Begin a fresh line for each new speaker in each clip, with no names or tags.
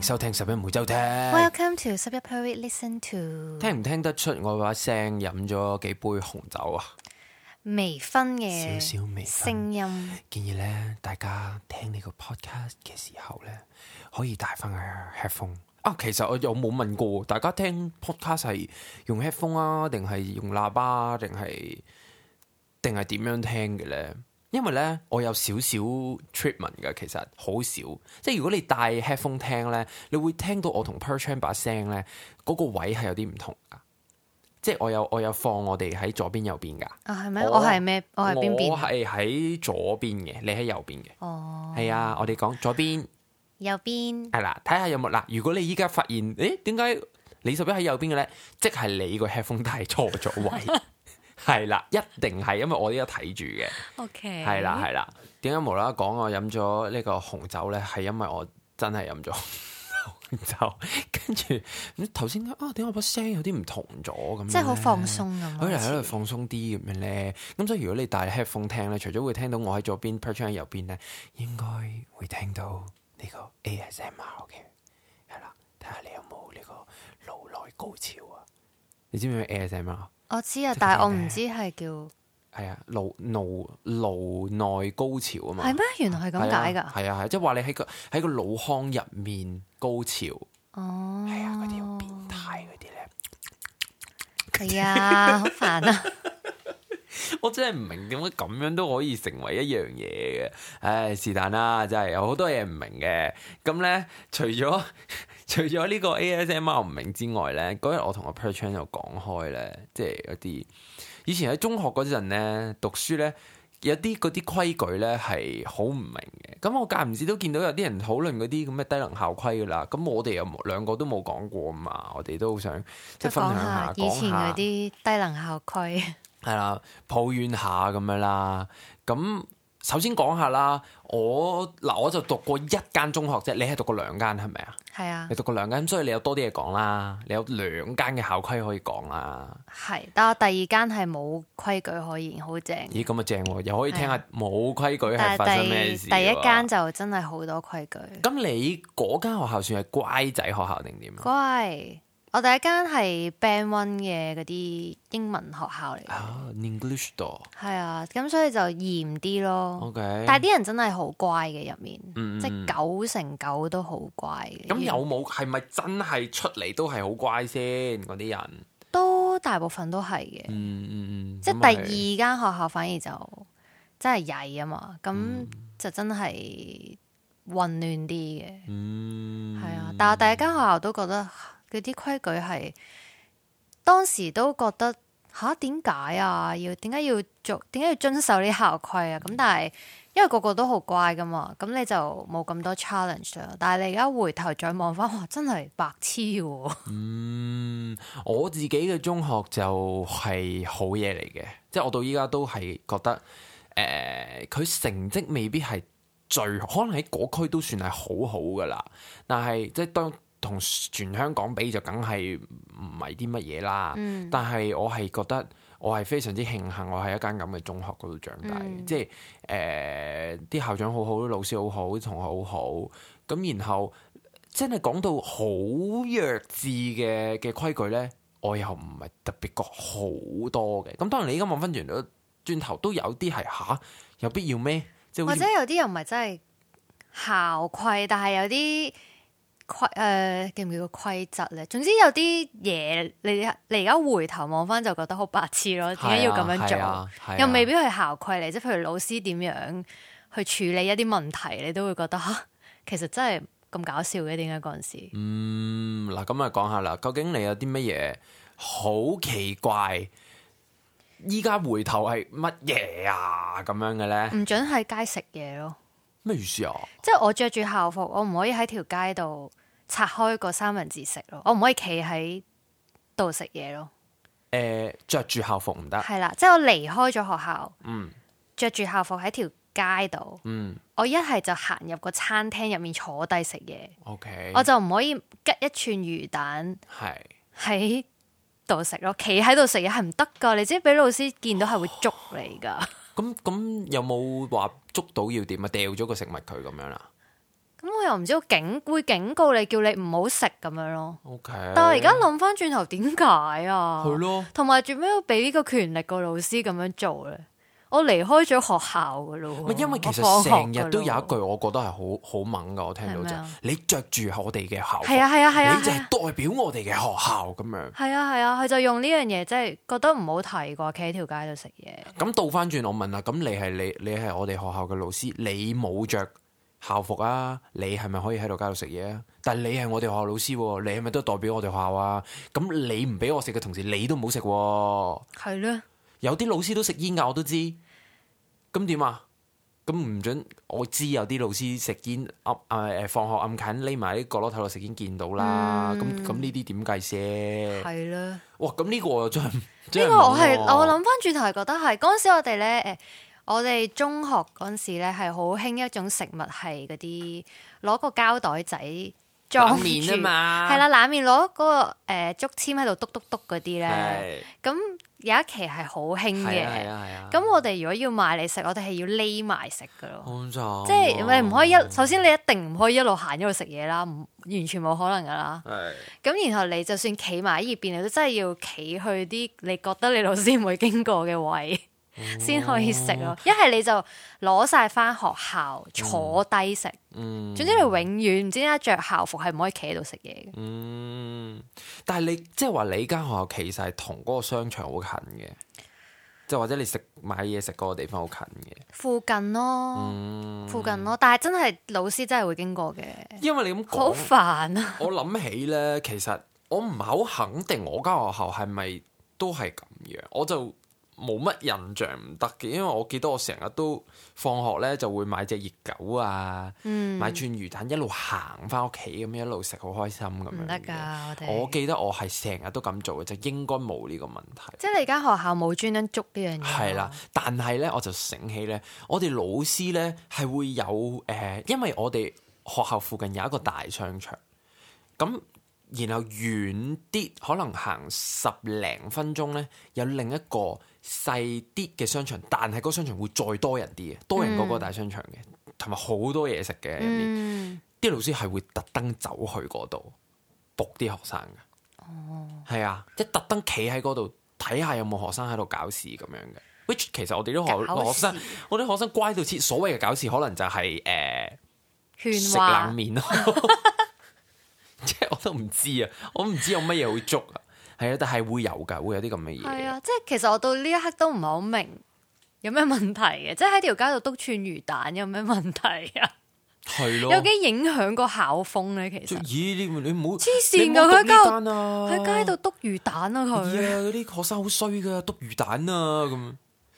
收聽十一每周聽。
Welcome to 十一 per week listen to
聽唔聽得出我把聲飲咗幾杯紅酒啊？
微醺嘅
少少微醺
聲音，
建議咧，大家聽呢個 podcast 嘅時候咧，可以戴翻個 headphone。啊，其實我有冇問過大家聽 podcast 係用 headphone 啊，定係用喇叭啊，定係定係點樣聽嘅咧？因為咧，我有少少 treatment 嘅，其實好少。即係如果你戴 headphone 聽咧，你會聽到我同 Per Chan 把聲咧，嗰、個位係有啲唔同噶。即係我有我有放我哋喺左邊右邊㗎。
啊係咩？我係咩？我係邊啊
我
邊？
係喺左邊嘅，你喺右邊嘅。
哦，
係啊，我哋講左邊
右邊
係啦，睇下有冇嗱。如果你依家發現，誒點解李十一喺右邊嘅咧？即係你個 headphone 帶錯咗 位，係啦，一定係，因為我呢家睇住嘅，
，OK，
係啦，係啦。點解無啦啦講我飲咗呢個紅酒咧？係因為我真係飲咗 紅酒，跟住咁頭先啊，點解我把聲有啲唔同咗咁樣呢？
即係好放鬆咁。啊
可以
好
喺度
似
放鬆哎啲咁樣咧，咁所以如果你戴 headphone 聽咧，除咗會聽到我喺左邊 p e r c h a n 喺右邊咧，應該會聽到呢個 ASMR 嘅，係啦，睇下你有冇呢個腦內高潮啊！你知唔知咩 ASMR？
我知啊
即係，
但係我
咩
唔知係叫
係啊，腦腦腦內高潮啊嘛，
係咩？原來係咁解㗎。
係啊係啊，即係話你喺個喺個腦腔入面高潮，
哦，
係啊，嗰啲好變態嗰啲咧，
係啊，好煩啊！
我真係唔明點解咁樣都可以成為一樣嘢嘅，唉，是但啦，真係有好多嘢唔明嘅。咁咧，除咗 除咗呢個 ASMR 唔明之外咧，嗰日我同阿 Per Chan 又講開咧，即係有啲以前喺中學嗰陣咧讀書咧。有啲嗰啲規矩咧係好唔明嘅，咁我間唔時都見到有啲人討論嗰啲咁嘅低能校規噶啦，咁我哋又冇兩個都冇講過啊嘛，我哋都好想 即係分享
講
下
下以前
講下
嗰啲低能校規，
係啦，抱怨下咁樣啦。咁首先講下啦，我嗱我就讀過一間中學啫，你係讀過兩間係咪啊？
係啊
你，讀過兩間，所以你有多啲嘢講啦，你有兩間嘅校規可以講啦。
係。但我第二間係冇規矩可言，好正。
咦，咁啊正喎，又可以聽下冇規矩係
但
發生
係
咩
第
事。啊
第一間，就真係好多規矩。
咁你嗰間學校算係乖仔學校定點啊？
乖，我第一間係 Band One 嘅嗰啲英文學校嚟，嘅，
啊，English door。
係啊，咁所以就嚴啲咯。
OK。
哦但係啲人真係好乖嘅入面，
嗯嗯嗯
即係啊九成九都好乖嘅。
咁有冇係咪真係出嚟都係好乖先嗰啲人？
都大部分都係嘅，
嗯嗯嗯。
即
咁咪
係第二間學校反而就真係曳啊嘛，咁
嗯
就真係混亂啲嘅。
嗯，
係啊，但我第一間學校都覺得啊嗰啲規矩係當時都覺得吓點解啊？要點解要做？點解要遵守呢啲校規啊？咁但係因為個個都好乖噶嘛，咁你就冇咁多 challenge 啦。但係你而家回頭再望翻，哇！真係白痴喎，
嗯，我自己嘅中學就係好嘢嚟嘅，即係我到依家都係覺得，誒佢成績未必係最，可能喺嗰區都算係好好噶啦，但係即係當同全香港比就梗係唔係啲乜嘢啦。
嗯，
但係我係覺得我係非常之慶幸，我喺一間咁嘅中學嗰度長大嘅，
嗯
即係誒啲校長好好，老師好好，同學好好，咁然後真係講到好弱智嘅嘅規矩咧，我又唔係特別覺好多嘅。咁當然你而家望翻轉頭轉頭都有啲係吓，有必要咩？即係好
或
似
者有啲又唔係真係校規，但係有啲規誒、叫唔叫做規則咧？總之有啲嘢你你而家回頭望翻就覺得好白痴咯，點解要咁樣做？
係啊係啊係啊
又未必係校規嚟，即係譬如老師點樣去處理一啲問題，你都會覺得 吓，其實真係咁搞笑嘅，點解嗰陣時？
嗯，嗱，咁啊，講下啦，究竟你有啲乜嘢好奇怪？依家回頭係乜嘢啊？咁樣嘅咧，
唔准喺街食嘢咯，
咩意思啊？
即係我着住校服，我唔可以喺條街度拆開個三文治食咯，我唔可以企喺度食嘢咯，
誒、着住校服唔得，
係啦，即係我離開咗學校，
啊嗯
着住校服喺條街度，
嗯
我一係就行入個餐廳入面坐低食嘢，
，OK，
我就唔可以吉一串魚蛋。
係
喺度食咯，企喺度食嘢係唔得噶，你知俾老師見到係會捉 你噶。
咁咁有冇話捉到要點啊？掉咗個食物佢咁樣啦？
咁我又唔知道警會警告你叫你唔好食咁樣咯。
O K。
但係而家諗翻轉頭，點解啊？
係咯，
同埋做咩要俾呢個權力個老師咁樣做咧？我離開咗學校噶咯
咪
喎，
因為其
我
實
放學
成
㗎咯
日都有一句，我覺得係好好猛噶，我聽到就
係咩
係
啊
你着住我哋嘅校服，
係啊係啊係啊
你就
係
係
啊
代表我哋嘅學校咁樣。
係啊係啊，佢就用呢樣嘢，即係覺得唔好提啩，企喺條街度食嘢。
咁倒翻轉，我問啦，咁你係你你係我哋學校嘅老師，你冇着校服啊？你係咪可以喺度街度食嘢啊？但係你係我哋學校老師喎，你係咪都代表我哋學校啊？咁你唔俾我食嘅同時，你都唔好食喎。
係咯，
有啲老師都食煙㗎，我都知。咁點啊？咁唔准我知有啲老師食煙暗誒誒放學暗近匿埋喺角落頭度食煙見到啦。咁咁呢啲點計先？
嗯係咯。
哇！咁呢個我真係
呢
呢
個我係我諗翻轉頭係覺得係嗰陣時我哋咧誒，我哋中學嗰陣時咧係好興一種食物係嗰啲攞個膠袋仔裝
冷麵
住
啊嘛
係啦冷面攞嗰個誒竹籤喺度篤篤篤嗰啲咧，
係
咁有一期係好興
係啊係
嘅。
啊係啊。
咁我哋如果要買嚟食，我哋係要匿埋食噶咯。
好慘啊
即係你唔可以一
喎，
首先你一定唔可以一路行一路食嘢啦，唔完全冇可能噶啦。
係
咁然後你就算企埋喺依邊，你都真係要企去啲你覺得你老師唔會經過嘅位
哦
先可以食咯。一係你就攞晒翻學校坐低食，
嗯
總之你永遠唔知點解着校服係唔可以企喺度食嘢嘅。
嗯，但係你即係話你間學校其實係同嗰個商場好近嘅，即係或者你食買嘢食嗰個地方好近嘅。
附近咯，
嗯，
附近咯，但係真係老師真係會經過嘅，
因為你咁
好
講，
煩 啊！
我諗起咧，其實我唔係好肯定我間學校係咪都係咁樣，我就冇乜印象唔得嘅，因為我記得我成日都放學咧就會買只熱狗啊，
嗯，
買串魚蛋一路行翻屋企咁樣一路食，好開心咁樣。
唔得㗎，我哋
我記得我係成日都咁做嘅，就應該冇呢個問題。
即係你間學校冇專登捉呢樣嘢，
係啊啦，，但係咧，我就醒起咧，我哋老師咧係會有誒、呃因為我哋學校附近有一個大商場，咁然後遠啲，可能行十零分鐘咧，有另一個細啲嘅商場，但係嗰個商場會再多人啲嘅，多人過嗰個大商場嘅，同埋好多嘢食嘅入面。
嗯，
啲老師係會特登走去嗰度仆啲學生嘅。哦，係啊，即係特登企喺嗰度睇下有冇學生喺度搞事咁樣嘅。which 其實我哋啲
搞
學學生
事，
我啲學生乖到黐，所謂嘅搞事可能就係誒
勸
食
話
冷。面咯， 即係我都唔知啊，我唔知有乜嘢好捉啊。係啊，但係會有㗎，會有啲咁嘅
係
嘢。
啊，即係其實我到呢一刻都唔係好明有咩問題嘅，即係喺條街度篤串魚蛋有咩問題 啊？
係咯
有，幾影響個校風咧？其
即
實
係咦？你你唔好
黐線㗎
你唔好
佢
篤
喺
呢
街度
單啊
喺街度篤魚蛋啊
係
佢，
啊，嗰啲學生好衰噶，篤魚蛋啊咁，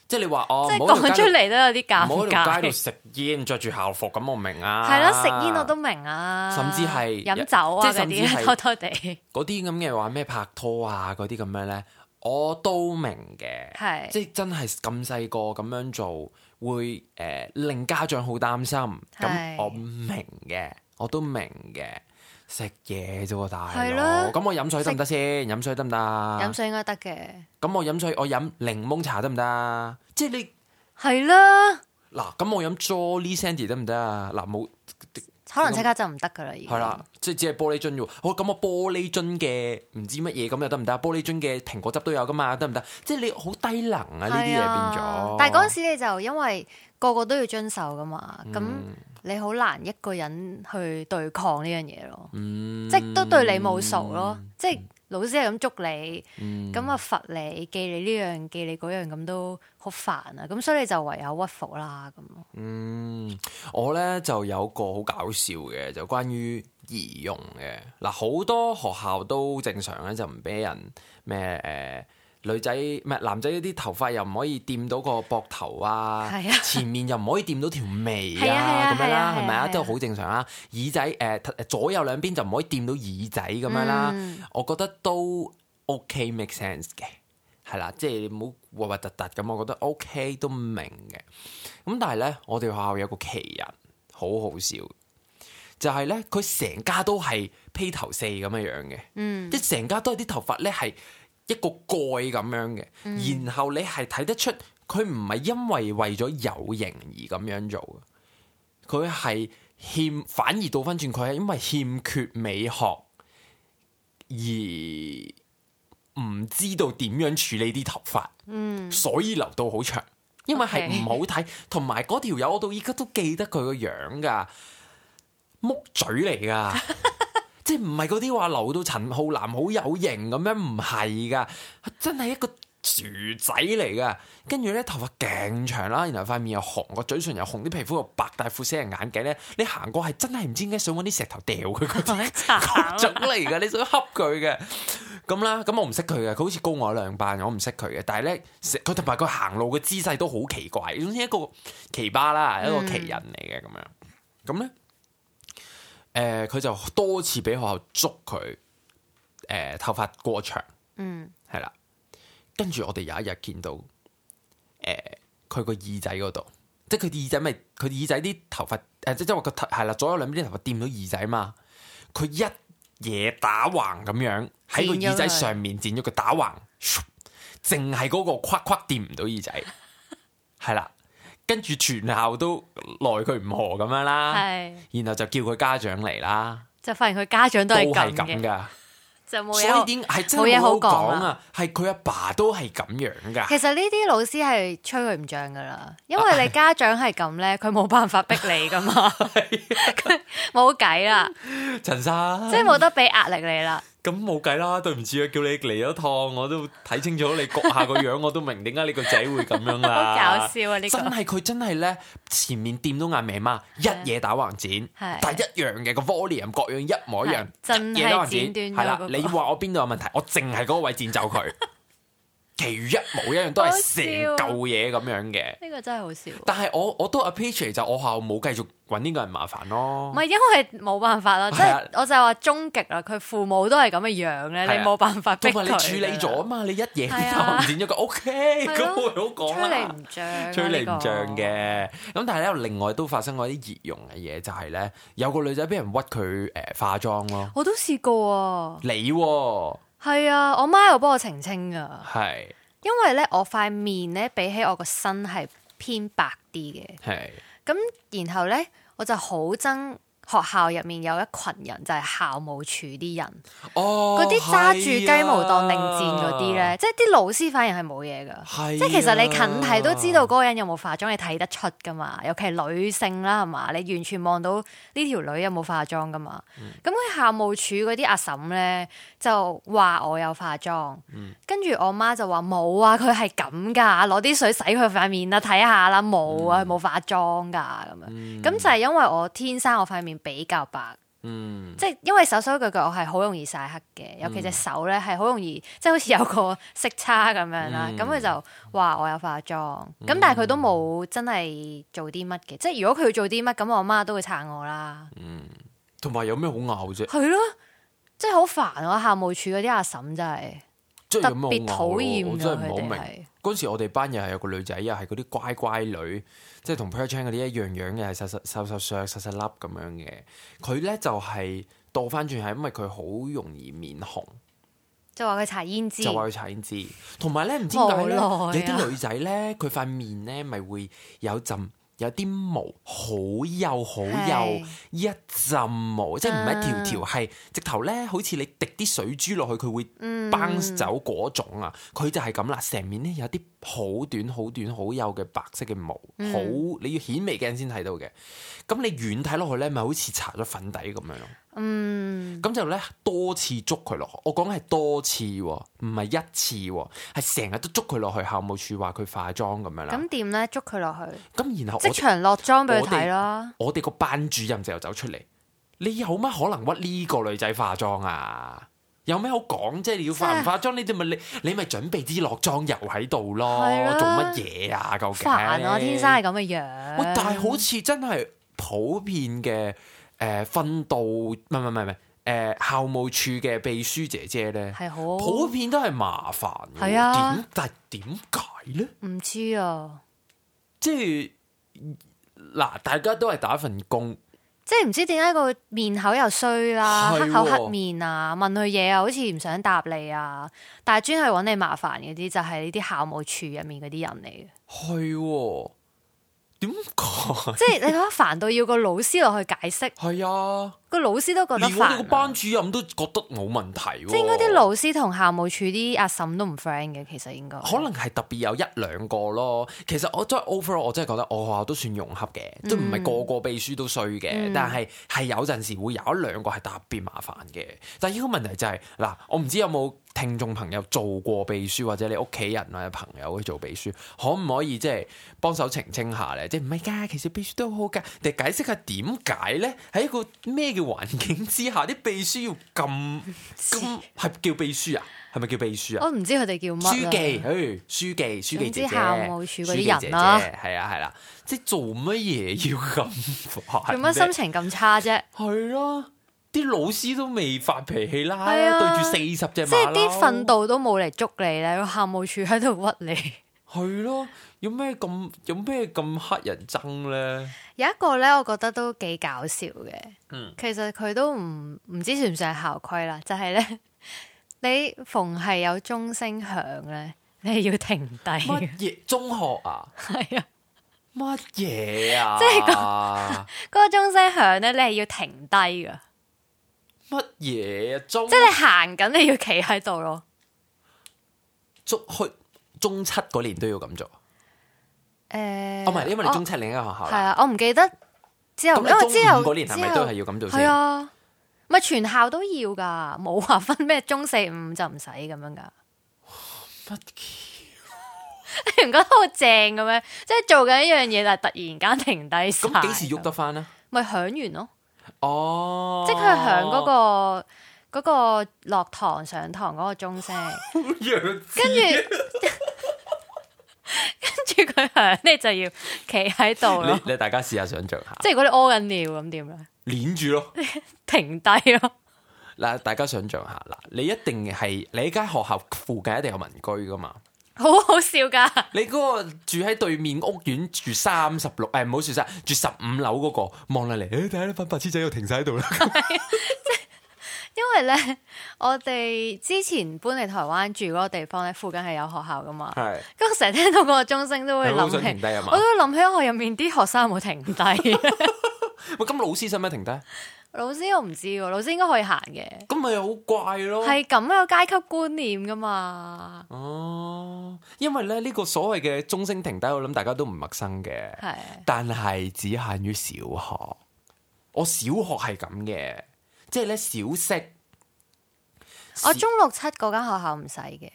即係你話哦，
即係
唔好喺
講
條
出
街
嚟都啊有啲
度唔好喺
尷
條街度
尬。
食煙，着住校服咁，我明啊。
係啦，食煙我都明啊，
甚至係
飲酒啊
即係
嗰
甚至
啲
係
偷偷地
嗰啲咁嘅話咩拍拖啊嗰啲咁樣咧，我都明嘅。
係
即係真係咁細個咁樣做，會誒、呃令家長好擔心。
係
咁我明嘅，我都明嘅。食嘢啫喎，大
係
佬。
咯
咁我飲水得唔得先？飲水得唔得？
飲水應該得嘅，
咁我飲水，我飲檸檬茶得唔得？即係你。
係啦，
嗱，咁我飲 Jolly Sandy 得唔得啊？嗱，冇
可能即刻就唔得噶啦，已經
係啦，即係只係玻璃樽啫喎。好，咁我玻璃樽嘅唔知乜嘢咁又得唔得？玻璃樽嘅蘋果汁都有噶嘛，得唔得？即係你好低能啊！呢啲嘢
係啊
變咗。
但係嗰陣時你就因為個個都要遵守噶嘛，咁、
嗯
你好難一個人去對抗呢樣嘢咯，
嗯
即係都對你冇數咯，即係老師係咁捉你，
嗯
咁啊罰你記你呢樣記你嗰樣，咁都好煩啊，咁所以你就唯有屈服啦咁咯。
嗯，我咧就有個好搞笑嘅，就關於儀容嘅。嗱，好多學校都正常咧，就唔俾人咩誒、呃女仔唔係男仔啲頭髮又唔可以掂到個膊頭啊，
係啊
前面又唔可以掂到條眉
係啊係
啊
啊
咁樣
係啊
啦，
係啊
係咪啊？
係啊
都好正常啊。耳仔誒、呃左右兩邊就唔可以掂到耳仔咁樣啦。
嗯
我覺得都 OK make sense 嘅，係啦，即係你唔好核核突突咁，我覺得 OK 都明嘅。咁但係咧，我哋學校有個奇人，好好笑，就係咧佢成家都係披頭四咁樣樣嘅，
嗯
即係成家都係啲頭髮咧係一個蓋咁樣嘅，
嗯
然後你係睇得出佢唔係因為為咗有型而咁樣做嘅，佢係欠，反而倒翻轉佢係因為欠缺美學而唔知道點樣處理啲頭髮， 嗯，所以留到好長，因為係
OK
唔好睇，同埋嗰條友我到依家都記得佢個樣㗎，木嘴嚟㗎。即係唔係嗰啲話留到陳浩南好有型咁樣，唔係噶，真係一個薯仔嚟噶。跟住咧頭髮勁長啦，然後塊面又紅，個嘴唇又紅，啲皮膚又白，但係副死人眼鏡咧，你行過係真係唔知點解想揾啲石頭掉佢嗰啲 嗰種嚟噶，你想恰佢嘅。咁啦，咁我唔識佢嘅，佢好似高我一兩班，我唔識佢嘅。但係咧，成佢同埋佢行路嘅姿勢都好奇怪，總之一個奇葩啦，一個奇人嚟嘅咁樣。咁咧。誒佢、就多次俾學校捉佢，誒、頭髮過長，
嗯，
係啦。跟住我哋有一日見到，誒佢個耳仔嗰度，即係佢啲耳仔咪佢耳仔啲頭髮，誒、即即係話個頭係啦，左右兩邊啲頭髮掂到耳仔嘛，佢一嘢打橫咁樣喺個
剪咗
耳仔
佢
上面剪咗個打橫，咻淨係嗰個框框掂唔到耳仔，係啦。跟住全校都奈佢唔何咁樣啦，
係
然後就叫佢家長嚟啦。
就發現佢家長都
都
係
係
咁
咁
嘅，
噶，
就冇
所
嘢
以
好。
點係真
冇
係
嘢
冇好
好
講
講
啊！係佢阿爸都係咁樣噶，
其實呢啲老師係吹佢唔漲 噶啦，因為你家長係咁咧，佢冇辦法逼你噶嘛，
啊
冇計啦，
陳生，
即係冇得俾壓力 你啦。
咁冇計啦，對唔住啊，叫你嚟咗趟，我都睇清楚你焗下個樣，我都明點解你個仔會咁樣
好
啦。
搞笑啊！呢個
真係佢真係咧，前面掂到眼眉嘛，一嘢打橫剪，
係
但係一樣嘅個 volume 各樣一模一樣
係，真
一嘢打橫
係剪
係
斷咗
啦
嗰。個
你話我邊度有問題，我淨係嗰個位剪走佢，其餘一模一樣都係成
好笑啊
嚿嘢咁樣嘅。
呢個真係好笑。
但係我我都 appreciate 就我學校冇繼續揾呢個人麻煩咯
唔。係因為冇辦法啦，即
係啊
係我就係話終極啦，佢父母都係咁嘅樣咧，
係啊
你冇辦法逼
同埋
佢。
你處理咗啊，嘛，你一夜就
係啊
剪咗佢 OK，
係
咁
咯
冇嘢好講
吹你
啦。
唔漲啊，
吹你唔漲
呢個。
嘅，咁但係咧，另外都發生過啲熱用嘅嘢，就係咧有個女仔俾人屈佢誒化妝咯，
我都試過啊，
你喎
係啊，我媽又幫我澄清噶，
係
因為咧我塊面咧比起我個身係偏白啲嘅，
係
咁然後咧我就好憎學校入面有一群人就係、校務處啲人，
哦，啊
嗰啲揸住雞毛當令箭
係啊
嗰啲咧，，即係啲老師反而係冇嘢噶。
係
即係其實你近睇都知道嗰
啊
個人有冇化妝，你睇得出噶嘛？尤其係女性啦，係嘛？你完全望到呢條女有冇化妝噶嘛？咁佢、校務處嗰啲阿嬸咧就話我有化妝，跟住我媽就話冇啊，佢係咁噶，攞啲水洗佢塊面啦，睇下啦，冇啊，佢冇化妝噶咁樣。咁、就係因為我天生我塊面比較白。
嗯
即係因為手手腳腳我係好容易曬黑嘅，尤其隻手咧係好容易，即係好似有個色差咁樣啦。
嗯
咁佢、就話我有化妝，咁、但係佢都冇真係做啲乜嘅。即係如果佢要做啲乜，咁我媽都會撐我啦。
嗯同埋有咩好拗啫？
係咯、即係好煩我校務處嗰啲阿嬸真係
即係
特
有咩好拗
別討
咯我
厭
真係唔
㗎佢
好
哋
明。
係。
嗰陣時我哋班又係有個女仔，又係嗰啲乖乖女，即係同 Per Chan 嗰啲一樣樣嘅，係瘦瘦瘦瘦削細細粒咁樣嘅。佢咧就係、倒翻轉係因為佢好容易面紅，
就話佢搽胭脂，
就話佢搽胭脂，同埋咧唔知點解咧，有
無奈啊
啲女仔咧佢塊面咧咪會有陣有啲毛，好幼好幼
係
一陣毛，即係唔係條條，係直頭咧好似你滴啲水珠落去，佢會
嗯
bounce 走嗰種啊，佢就係咁啦，成面咧有啲好短、好短、好幼嘅白色嘅毛，好、
嗯
你要顯微鏡先睇到嘅。咁你遠睇落去咧，咪好似搽咗粉底咁樣咯。
嗯，
咁就咧多次捉佢落去，我講係多次喎，唔係一次喎，係成日都捉佢落去校務處話佢化妝咁樣啦。
咁點咧？捉佢落去，
咁然後
即
我
場落妝俾
我
佢
哋
睇啦。
我哋個班主任就又走出嚟，你有乜可能屈呢個女仔化妝啊？有咩好講啫？你要化唔化妝？你哋咪你你咪準備支落妝油喺度咯
係，啦
做乜嘢啊？究竟
煩我天生係咁嘅樣。
喂，但係好似真係普遍嘅誒訓導，唔係唔係唔係誒校務處嘅秘書姐姐咧，
係好
普遍都係麻煩嘅喎。
係啊
點但係點解咧？
唔知啊，
即係嗱，大家都係打份工，
即係唔知點解個面口又衰啦，
係喎
黑口黑面啊，問佢嘢啊，好似唔想答你啊，但係專係揾你麻煩嗰啲，就係呢啲校務處入面嗰啲人嚟嘅。
係喎點解係
即係你覺得煩到要個老師落去解釋，
係啊，
個老師都覺得
連我哋個
煩啊。
班主任都覺得冇問題喎。
即係應該啲老師同校務處啲阿嬸都唔 friend 嘅，其實應該。
可能係特別有一兩個咯。其實我真係 overall，我真係覺得我學校都算融洽嘅，都唔係個個秘書都衰嘅。但係係有陣時會有一兩個係特別麻煩嘅。但係依個問題就係、嗱，我唔知有冇聽眾朋友做過秘書，或者你屋企人或者朋友去做秘書，可唔可以即係幫手澄清下咧？即係唔係㗎？其實秘書都好㗎，你解釋下點解咧？喺一個咩嘅環境之下，啲秘書要咁咁係叫秘書啊？係咪叫秘書啊？
我唔知佢哋叫
書
乜啦
記，誒書記，書記姐姐，
總之校務處嗰啲人
書記姐姐
啦
係啊係啦，即係做乜嘢要咁煩
做
啫？
乜心情咁差啫？
係啦，啲老師都未發脾氣啦，
係啊
對住四十隻
即係
馬
啲訓
騮，
導都冇嚟捉你咧，個校務處喺度屈你。
係咯，有咩咁有咩咁黑人憎 咧？
有一個咧，我覺得都幾搞笑嘅。
嗯
其實佢都唔唔知算唔算係校規啦，就係、呢： 咧，你逢係有鐘聲響咧，你係要停低嘅
乜嘢中學啊？
係啊，
乜嘢啊？
即係
係
嗰、個鐘聲響咧，你係要停低噶，
哦乜嘢啊？中
即係你行緊，你要企喺度
哦
咯。
中去中七嗰年都要咁做，
誒、
哦唔係，因為你中
我
七另一個學校
係
啦。
啊，我唔記得之
咁
後，因
你
為
中
之後
五嗰年係咪
之
都
後
係要咁做
係
先？
啊，咪全校都要噶，冇話分咩中四五就唔使咁樣噶。
乜
你 唔覺得好正咁樣？即係做緊一樣嘢，但係突然間停低晒
咁幾時喐得？翻咧？
咪響完咯，
哦，
即係佢響嗰個嗰個落堂上堂嗰個鐘聲，
個
跟住跟住佢響，你就要企喺度咯。
你你大家試下想像下，
即係如果你屙緊尿咁點咧？
攣住咯。
停低咯，
嗱，大家想像下，嗱，你一定係你喺間學校附近一定有民居噶嘛？
好好笑噶。
你嗰個住喺對面屋苑住三十六，誒唔好住三，住十五樓嗰個望落嚟，誒睇下呢班白痴仔又停晒喺度啦。
因為咧，我哋之前搬嚟台灣住嗰個地方咧，附近係有學校噶嘛。
係，
跟住我成日聽到嗰個鐘聲都會
你好想
諗
停
起
低，啊嘛
我？都會諗起我入面啲學生有冇 停 低。啊
喂，咁老師使唔使停低？
老師我唔知喎，老師應該可以行嘅，
咁咪好怪咯。
係咁有階級觀念噶嘛，
哦，因為咧呢、呢個所謂嘅鐘聲停低，我諗大家都唔陌生嘅。
係
但係只限於小學。我小學係咁嘅，即係咧小息。
我中六七嗰間學校唔使嘅，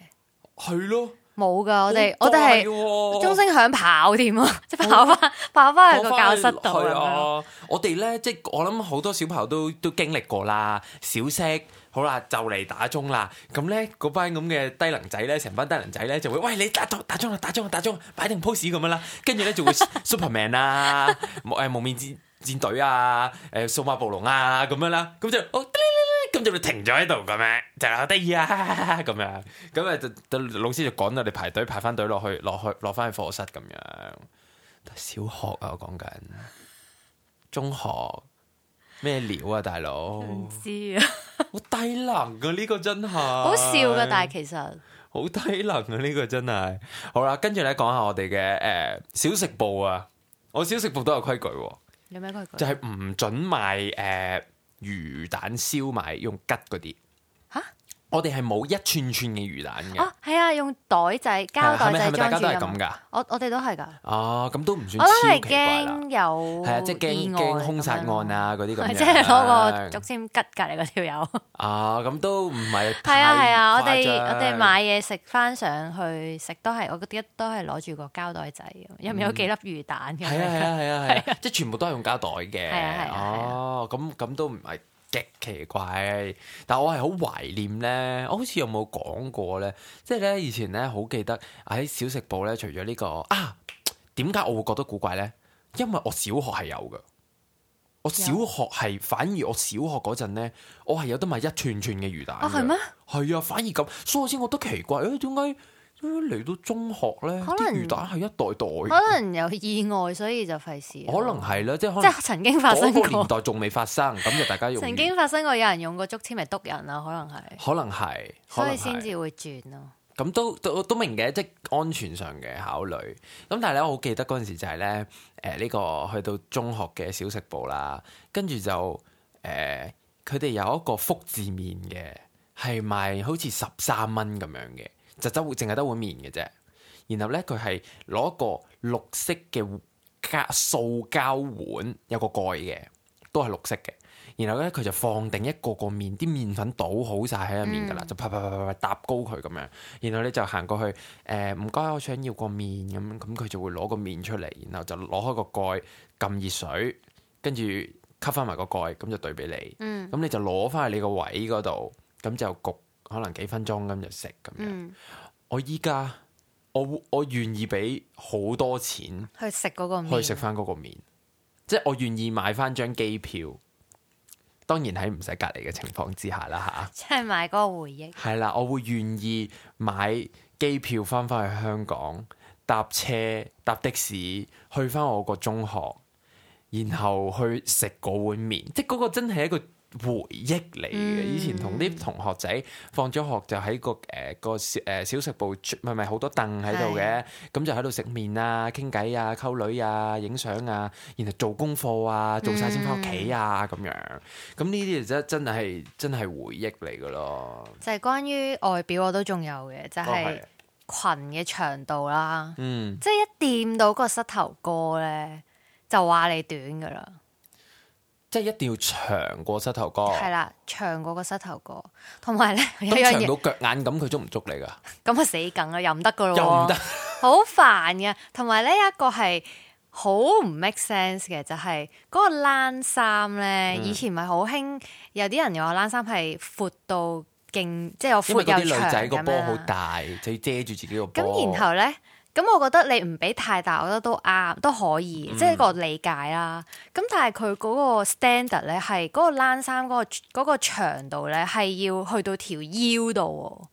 係咯，
冇噶，我哋
好
我哋係
怪喎
鐘聲響跑添啊，即係跑翻跑翻去個教室度咁
係
樣。
啊！我哋咧，即係我諗好多小朋友都都經歷過啦。小息好啦，就嚟打鐘啦。咁咧，嗰班咁嘅低能仔咧，成班低能仔咧就會喂你打鐘打鐘啦，打鐘啦，打鐘啦，擺定 pose 咁樣啦。跟住咧就 會 Superman 啊，誒蒙面戰戰隊啊，誒數碼暴龍啊咁樣啦。咁就哦。咁就會停咗喺度咁樣，就係好得意啊咁樣，咁啊就就老師就趕我哋排隊排翻隊落去落去落翻去課室咁樣。小學啊，我講緊中學咩料啊，大 佬，
唔
好
知啊，
低能啊噶呢個真係，好
好笑噶，但係其實
好低能啊呢個真係。好啦，跟住咧講下我哋嘅誒小食部啊，我小食部都有規矩喎，
有咩規
就
矩？啊
係唔準賣誒魚蛋燒賣用吉嗰啲。
吓
我哋係冇一串串嘅魚蛋嘅，
啊，係啊，用袋仔膠
係咪啊係
袋仔
咪大家
裝住
都係
㗎
咁
嘛。
噶？
我我哋都係噶，
哦，咁都唔
我
算超
諗
奇怪啦。
係驚有
係啊，即係
哦意
驚
外
驚兇殺
咁樣咯
案，啊嗰啲咁樣。
係即係攞個竹籤吉隔離嗰條友。
啊，咁都唔係
系 啊
太
系啊，我哋
誇張
我哋買嘢食翻上去食都係，我覺得都係攞住個膠袋仔，入面有幾粒魚蛋咁
係啊係
樣。
啊係啊係啊，即係全部都係用膠袋嘅。
係啊係啊係啊
哦，咁咁都唔係極奇怪，但我係好懷念咧。我好似有冇講過咧？即係咧以前咧好記得喺小食部咧，除咗呢個啊，點解我會覺得古怪咧？因為我小學係有嘅。我小學係反而我小學嗰陣咧，我係有得買一串串嘅魚蛋
哦係咩？
係啊，反而咁，所以我先覺得奇怪，誒點解點解嚟到中學咧，
可
啲
能
魚蛋係一袋袋嘅
可能有意外，所以就費事。
可能係啦，即係可
即
能
係曾經發生
嗰個年
過，
代仲未發生，咁就大家用
曾經發生過有人用個竹籤嚟篤人啊，可能係，
可能係，可
所
能
以先
係
至會轉咯。
咁都都都明嘅，即係安全上嘅考慮。咁但係咧，我好記得嗰陣時就係咧，誒、呢、個去到中學嘅小食部啦，跟住就誒佢哋有一個福字麵嘅，係賣好似十三蚊咁樣嘅，就得會淨係得碗麵嘅啫。然後咧，佢係攞一個綠色嘅膠塑膠碗，有個蓋嘅，都係綠色嘅。然後咧，佢就放定一個個麵，啲麵粉倒好晒喺入面噶啦，就啪啪啪啪啪搭高佢咁樣。然後咧就行過去，誒唔該，我想要個麵咁，咁佢就會攞個麵出嚟，然後就攞開個蓋，撳熱水，跟住吸翻埋個蓋，咁就對俾你。
嗯
咁你就攞翻去你個位嗰度，咁就焗可能幾分鐘咁就食咁樣。
嗯，
我依家我我願意俾好多錢
去食嗰個
去
麵，
食翻嗰個麵，即係我願意買翻張機票。當然喺唔使隔離嘅情況之下啦
即係買嗰個回憶。
吓，係啦，我會願意買機票翻返去香港，搭車搭的士去翻我個中學，然後去食嗰碗麵，即係嗰個真係一個回憶嚟嘅。
嗯
以前同啲同學仔放咗學就喺個誒、呃個小誒、呃小食部出，唔係唔係好多凳喺度嘅，咁就喺度食麵啊、傾偈啊、溝女啊、影相啊，然後做功課啊，做晒先翻屋企啊咁樣。咁呢啲就真真係真係回憶嚟噶咯。
就係關於外表我都仲有嘅，就
都
係裙嘅長度啦，
哦嗯，
即係一掂到個膝頭哥咧，就話你短噶啦，
即係一定要長過膝頭哥，
係啦，長過個膝頭哥，同埋咧有
哦咁
樣
長
嘢，
到腳眼咁，佢捉唔捉你噶？
咁啊死梗啦，又唔得噶咯，
又唔得，
好煩嘅。同埋咧有一個係好唔 make sense 嘅，就係、嗰個冷衫
嗯
咧，以前咪好興，有啲人話冷衫係闊到勁，即係有
因為嗰啲
闊有長
女仔個
咁
波好
樣。
大，就要遮住自己個波。
咁然後咧，咁我覺得你唔俾太大，我覺得都啱，都可以，
嗯
即係個理解啦。咁但係佢嗰個 standard 咧，係嗰個冷衫嗰個嗰個長度咧，係要去到條腰度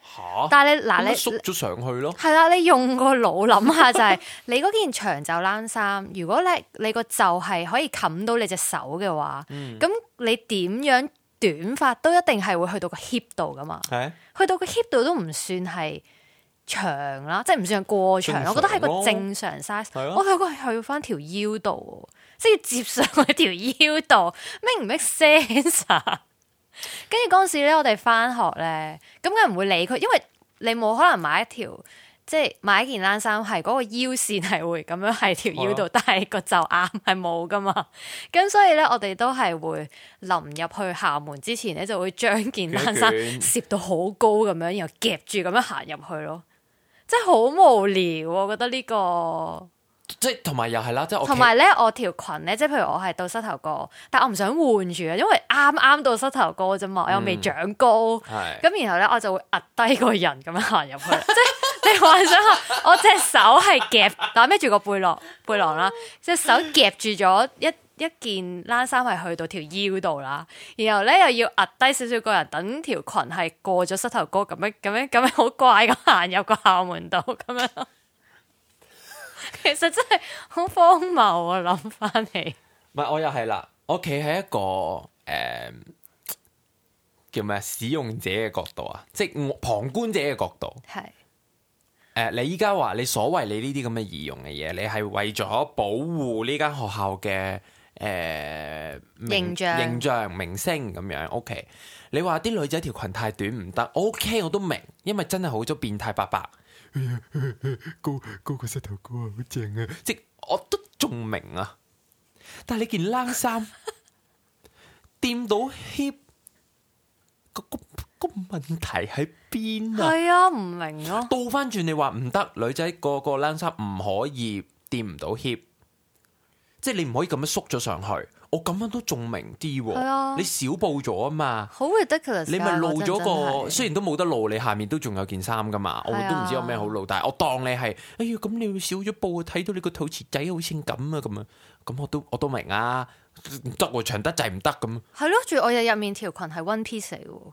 吓
喎。但係你嗱
哦咁咪
你
縮咗上去咯。
係啦，你用個腦諗下就係、 你嗰件長袖冷衫，如果咧你個袖係可以冚到你隻手嘅話，咁、
嗯
你點樣短法都一定係會去到個 hip 度噶嘛，
係
去到個 hip 度都唔算係長啦，即係唔算係過長，
正常
我覺得係個正常 size。
係咯
我睇過係去翻條腰度喎，即係要接上去條腰度，make 唔 make sense 啊？ 跟住嗰陣時咧，我哋翻學咧，咁梗係唔會理佢，因為你冇可能買一條，即係買一件冷衫係嗰個腰線係會咁樣喺條腰
係
度，但係個袖啱係冇噶嘛。 咁所以咧，我哋都係會臨入去校門之前咧，就會將件冷衫
捲一捲
攝到好高咁樣，然後夾住咁樣行入去咯。真係好無聊，我覺得呢、個。
即係同埋又係啦，即係我
同埋咧，我條裙咧，即係譬如我係到膝頭哥，但我唔想換住啊，因為啱啱到膝頭哥啫嘛，我又未長高。
係
咁然後咧，我就會壓低個人咁樣行入去， 即係你幻想下，我隻手係夾打孭住個背 囊背囊啦，隻手夾住咗一一件冷衫係去到條腰度啦，然後咧又要壓低少少個人，等條裙係過咗膝頭哥咁樣咁樣咁樣 好怪咁行入個校門度咁樣咯。 其實真係好荒謬啊！諗翻起，
唔係我又係啦，我企喺一個誒、嗯叫咩啊使用者嘅角度啊，即係我旁觀者嘅角度。
係
誒、呃你依家話你所謂你呢啲咁嘅儀容嘅嘢，你係為咗保護呢間學校嘅誒、呃名
形象
形象、明星咁樣。OK，你話啲女仔條裙太短唔得，OK 我都明，因為真係好多變態伯伯。
高高個膝頭哥啊，好正啊！
即我都仲明啊，但系你件冷衫掂到 hip，個個個問題喺邊啊？
係啊，唔明咯，
倒翻轉你話唔得，女仔個個冷衫唔可以掂唔到 hip，即系你唔可以咁樣縮咗上去。我咁樣都仲明啲喎，
係啊
你少布咗啊嘛。
好 ridiculous 㗎。
你咪露咗
嗰
個，
陣真係
雖然都冇得露，你下面都仲有件衫噶嘛，我
係啊
都唔知有咩好露，但係我當你係，哎呀咁你會少咗布，睇到你個肚臍仔好性感啊咁啊，咁我都我都明啊，唔得喎，長得滯唔得咁，
係咯，仲要我日入面條裙係 one piece 嚟喎，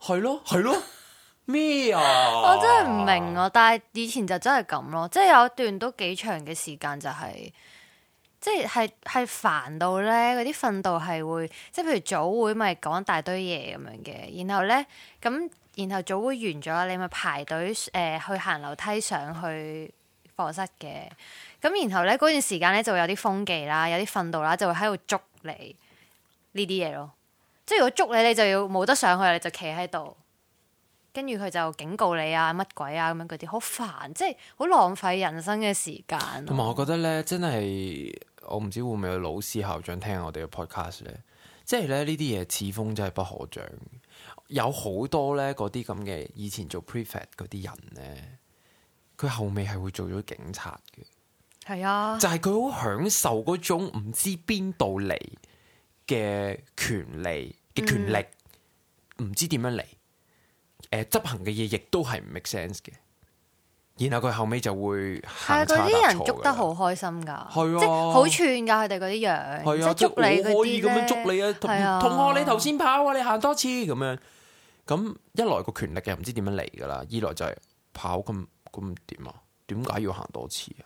係咯係 咯，咩啊？
我真係唔明啊！但係以前就真係咁咯，即係有一段都幾長嘅時間就係、即係係係煩到咧，嗰啲訓導係會，即係譬如早會咪講一大堆嘢咁樣嘅，然後咧咁然後早會完咗，你咪排隊誒、呃去行樓梯上去課室嘅。咁然後咧嗰段時間咧就會有啲風紀啦，有啲訓導啦，就會喺度捉你呢啲嘢咯。即係如果捉你，你就要冇得上去啦，你就企喺度，跟住佢就警告你啊乜鬼啊咁樣嗰啲，好煩，即係好浪費人生嘅時間咯。
同埋我覺得咧，真係我唔知會唔會有老師校長聽我哋嘅 podcast 咧，即係咧呢啲嘢此風真係不可長。有好多咧嗰啲咁嘅以前做 prefect 嗰啲人咧，佢後尾係會做咗警察嘅。
係啊，
就係佢好享受嗰種唔知邊度嚟嘅權利嘅
嗯
權力，唔、知點樣嚟。誒、執行嘅嘢亦都係唔 make sense 嘅。然後佢後尾就會
係啊，
行差
嗰啲
踏
人
錯
捉
㗎
得
啦
好開心㗎，
係啊
即係好串㗎，佢哋嗰啲樣，
係
即
啊，
係捉你嗰
我可以咁
啲
樣捉你啊，
係啊
同同學你頭先跑啊，你行多次咁樣。咁一來個權力又唔知點樣嚟噶啦，二來就係跑咁咁點啊？點解要行多次啊？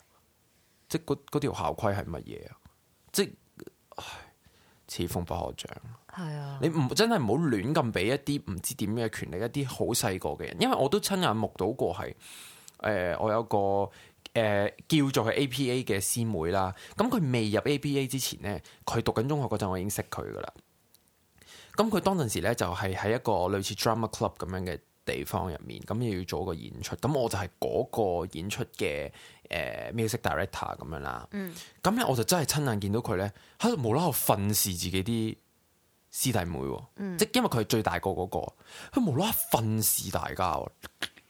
即係嗰嗰條校規係乜嘢啊？即係唉此風不可長。
係啊，
你唔真係唔好亂咁俾一啲唔知點嘅權力一啲好細個嘅人，因為我都親眼目睹過係誒、呃我有個誒、呃叫做係 APA 嘅師妹啦，咁佢未入 APA 之前咧，佢讀緊中學嗰陣，我已經識佢噶啦。咁佢當陣時咧就係喺一個類似 drama club 咁樣嘅地方入面，咁又要做一個演出，咁我就係嗰個演出嘅誒、呃 music director 咁樣啦。
嗯
咁咧我就真係親眼見到佢咧喺度無啦啦訓示自己啲師弟妹喎，
嗯
即係因為佢係最大個嗰、個，佢無啦啦訓示大家喎，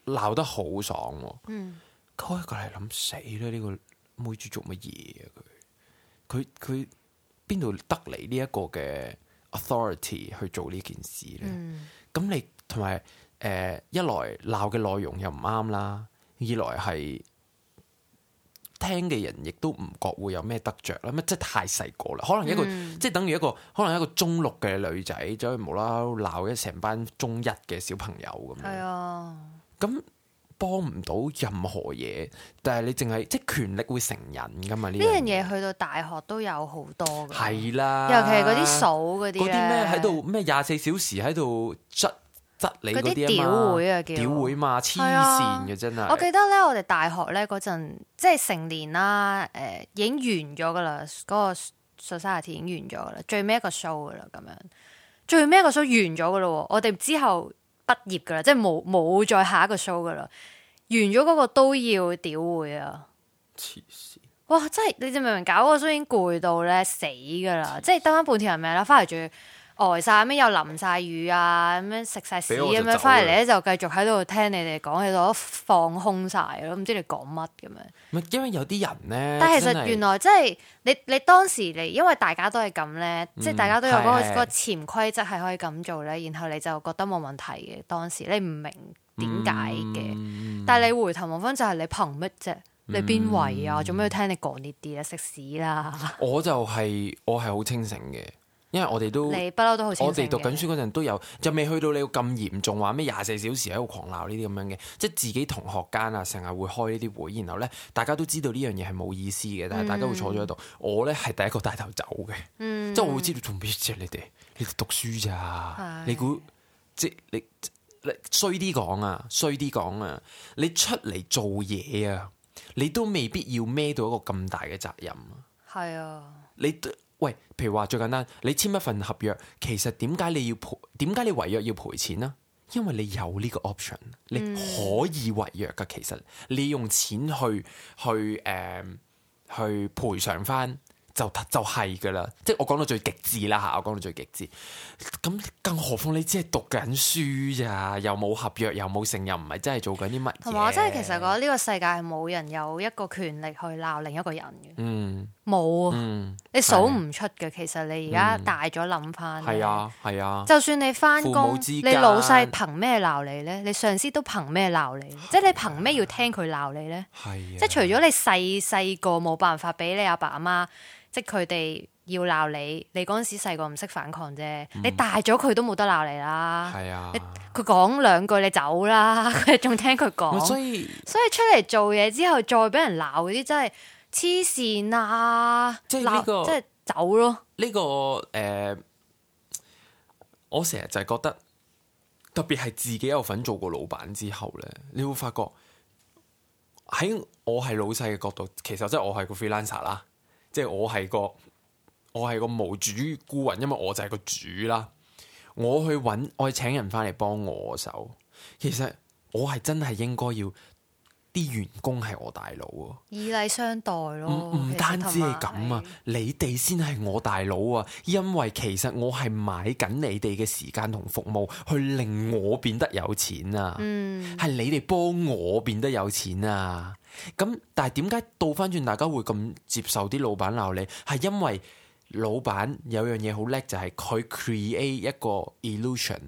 鬧得好爽喎。
嗯，
佢一個係諗死啦！呢、個妹豬做乜嘢啊？佢佢佢邊度得嚟呢一個嘅 authority 去做呢件事咧？
嗯
咁你同埋誒一來鬧嘅內容又唔啱啦，二來係聽嘅人亦都唔覺會有咩得着啦，咩即係太細個啦，可能一個、
嗯
即係等於一個可能一個中六嘅女仔走去無啦啦鬧一成班中一嘅小朋友咁
係
樣，
啊，
咁幫唔到任何嘢，但係你淨係即係權力會成癮噶嘛呢
呢樣嘢去到大學都有好多㗎，
係啦，
尤其係嗰啲數嗰啲啊
嗰啲咩
咧
喺度咩廿四小時喺度質質你
嗰
嗰
啲
啲
屌
啊嘛。
會啊叫
屌會嘛，黐
係啊
線嘅真
我
係。
記得咧，我哋大學咧嗰陣，即係成年啦，誒、已經完咗噶啦，嗰、個 society 已經完咗噶啦，最尾一個 show 噶啦，咁樣最尾一個 show 完咗噶啦喎，我哋之後畢業噶啦，即係冇冇再下一個 show 噶啦，完咗嗰個都要屌會啊！
黐線，
哇！真係你哋明唔明搞嗰個 show 已經攰到咧死噶啦，即係得翻半條人命啦，翻嚟仲要呆晒，咩又淋晒雨啊，咁樣食晒屎
俾我
咁
就
樣，
走
翻嚟咧就繼續喺度聽你哋講，喺度放空晒咯，唔知你講乜咁樣。
唔係因為有啲人咧，
但係其
真
實
係
原來即係你你當時你因為大家都係咁咧，即係大家都有嗰、個
嗯係係
嗰個潛規則係可以咁做咧，然後你就覺得冇問題嘅。當時你唔明點解
嗯
嘅，但係你回頭望翻就係你憑乜啫？你邊位啊？做咩要聽你講呢啲啊？食屎啦！
我就係、我係好清醒嘅，因為我哋都
你不嬲都好清
我
醒
哋讀緊
嘅。
書嗰陣都有，就未去到你要咁嚴重話咩廿四小時喺度狂鬧呢啲咁樣嘅，即係自己同學間啊，成日會開呢啲會，然後咧大家都知道呢樣嘢係冇意思嘅，但係大家會坐咗喺度，我咧係第一個帶頭走嘅，
嗯
即係我會知道做咩啫你哋，你哋讀書咋
係，
你估即係你你衰啲講啊，衰啲講啊，你出嚟做嘢啊，你都未必要孭到一個咁大嘅責任啊。
係啊，
你都喂，譬如話最簡單，你簽一份合約，其實點解你要賠？點解你違約要賠錢呢？因為你有呢個 option，你
嗯
可以違約噶。其實你用錢去去誒、嗯去賠償翻，就就係噶啦。即係我講到最極致啦嚇，我講到最極致。咁更何況你只係讀緊書咋，又冇合約，又冇成，又唔係真係做緊啲乜嘢。
同埋我真係其實覺得呢個世界係冇人有一個權力去鬧另一個人嘅，
嗯
冇啊！
嗯，
你數唔出嘅。其實你而家大咗諗翻，
係啊係啊。
就算你翻
父
工
母，之
你
間
老細憑咩鬧你呢？你上司都憑咩鬧你？即係你憑咩要聽佢鬧你呢？
係啊，
即係除咗你細細個冇辦法俾你阿爸阿媽，即係佢哋要鬧你，你嗰陣時細個唔識反抗啫。你大咗佢都冇得鬧你啦。
嗯係啊，
佢講兩句你走啦， 佢仲聽佢
咪
講。
所以
所以出嚟做嘢之後再俾人鬧嗰啲真係黐線啊！
即係呢個
鬧即係走咯。
呢、個誒、呃我成日就係覺得特別係自己有份做過老闆之後咧，你會發覺喺我係老細嘅角度，其實即係我係個 freelancer 啦，即係我係個我係個無主孤魂，因為我就係個主啦。我去揾我去請人翻嚟幫我手，其實我係真係應該要啲員工係我大佬喎。
以禮相待咯。
唔唔
其實
單止
同埋
係咁啊，你哋先係我大佬啊！因為其實我係買緊你哋嘅時間同服務，去令我變得有錢啊！
嗯，
係你哋幫我變得有錢啊！咁但係點解倒翻轉大家會咁接受啲老闆鬧你？係因為老闆有樣嘢好叻，就係、佢 create 一個 illusion，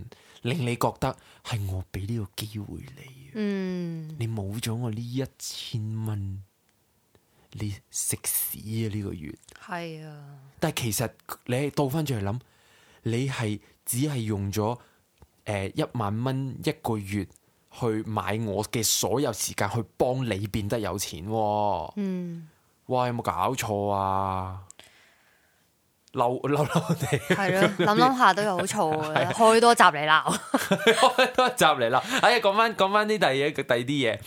令你覺得係我俾呢個機會你啊，
嗯，
你冇咗我呢一千蚊，你食屎啊呢、個月！
係啊，
但係其實你係倒翻轉去諗，你係只係用咗誒一萬蚊一個月去買我嘅所有時間去幫你變得有錢喎、
嗯，
哇！有冇搞錯啊？嬲 嬲嬲地
係咯，諗諗下都有好嘈
啊
嘅，開多集嚟鬧。
開多一集嚟啦！哎呀，講翻講翻啲第二嘢，第二啲嘢，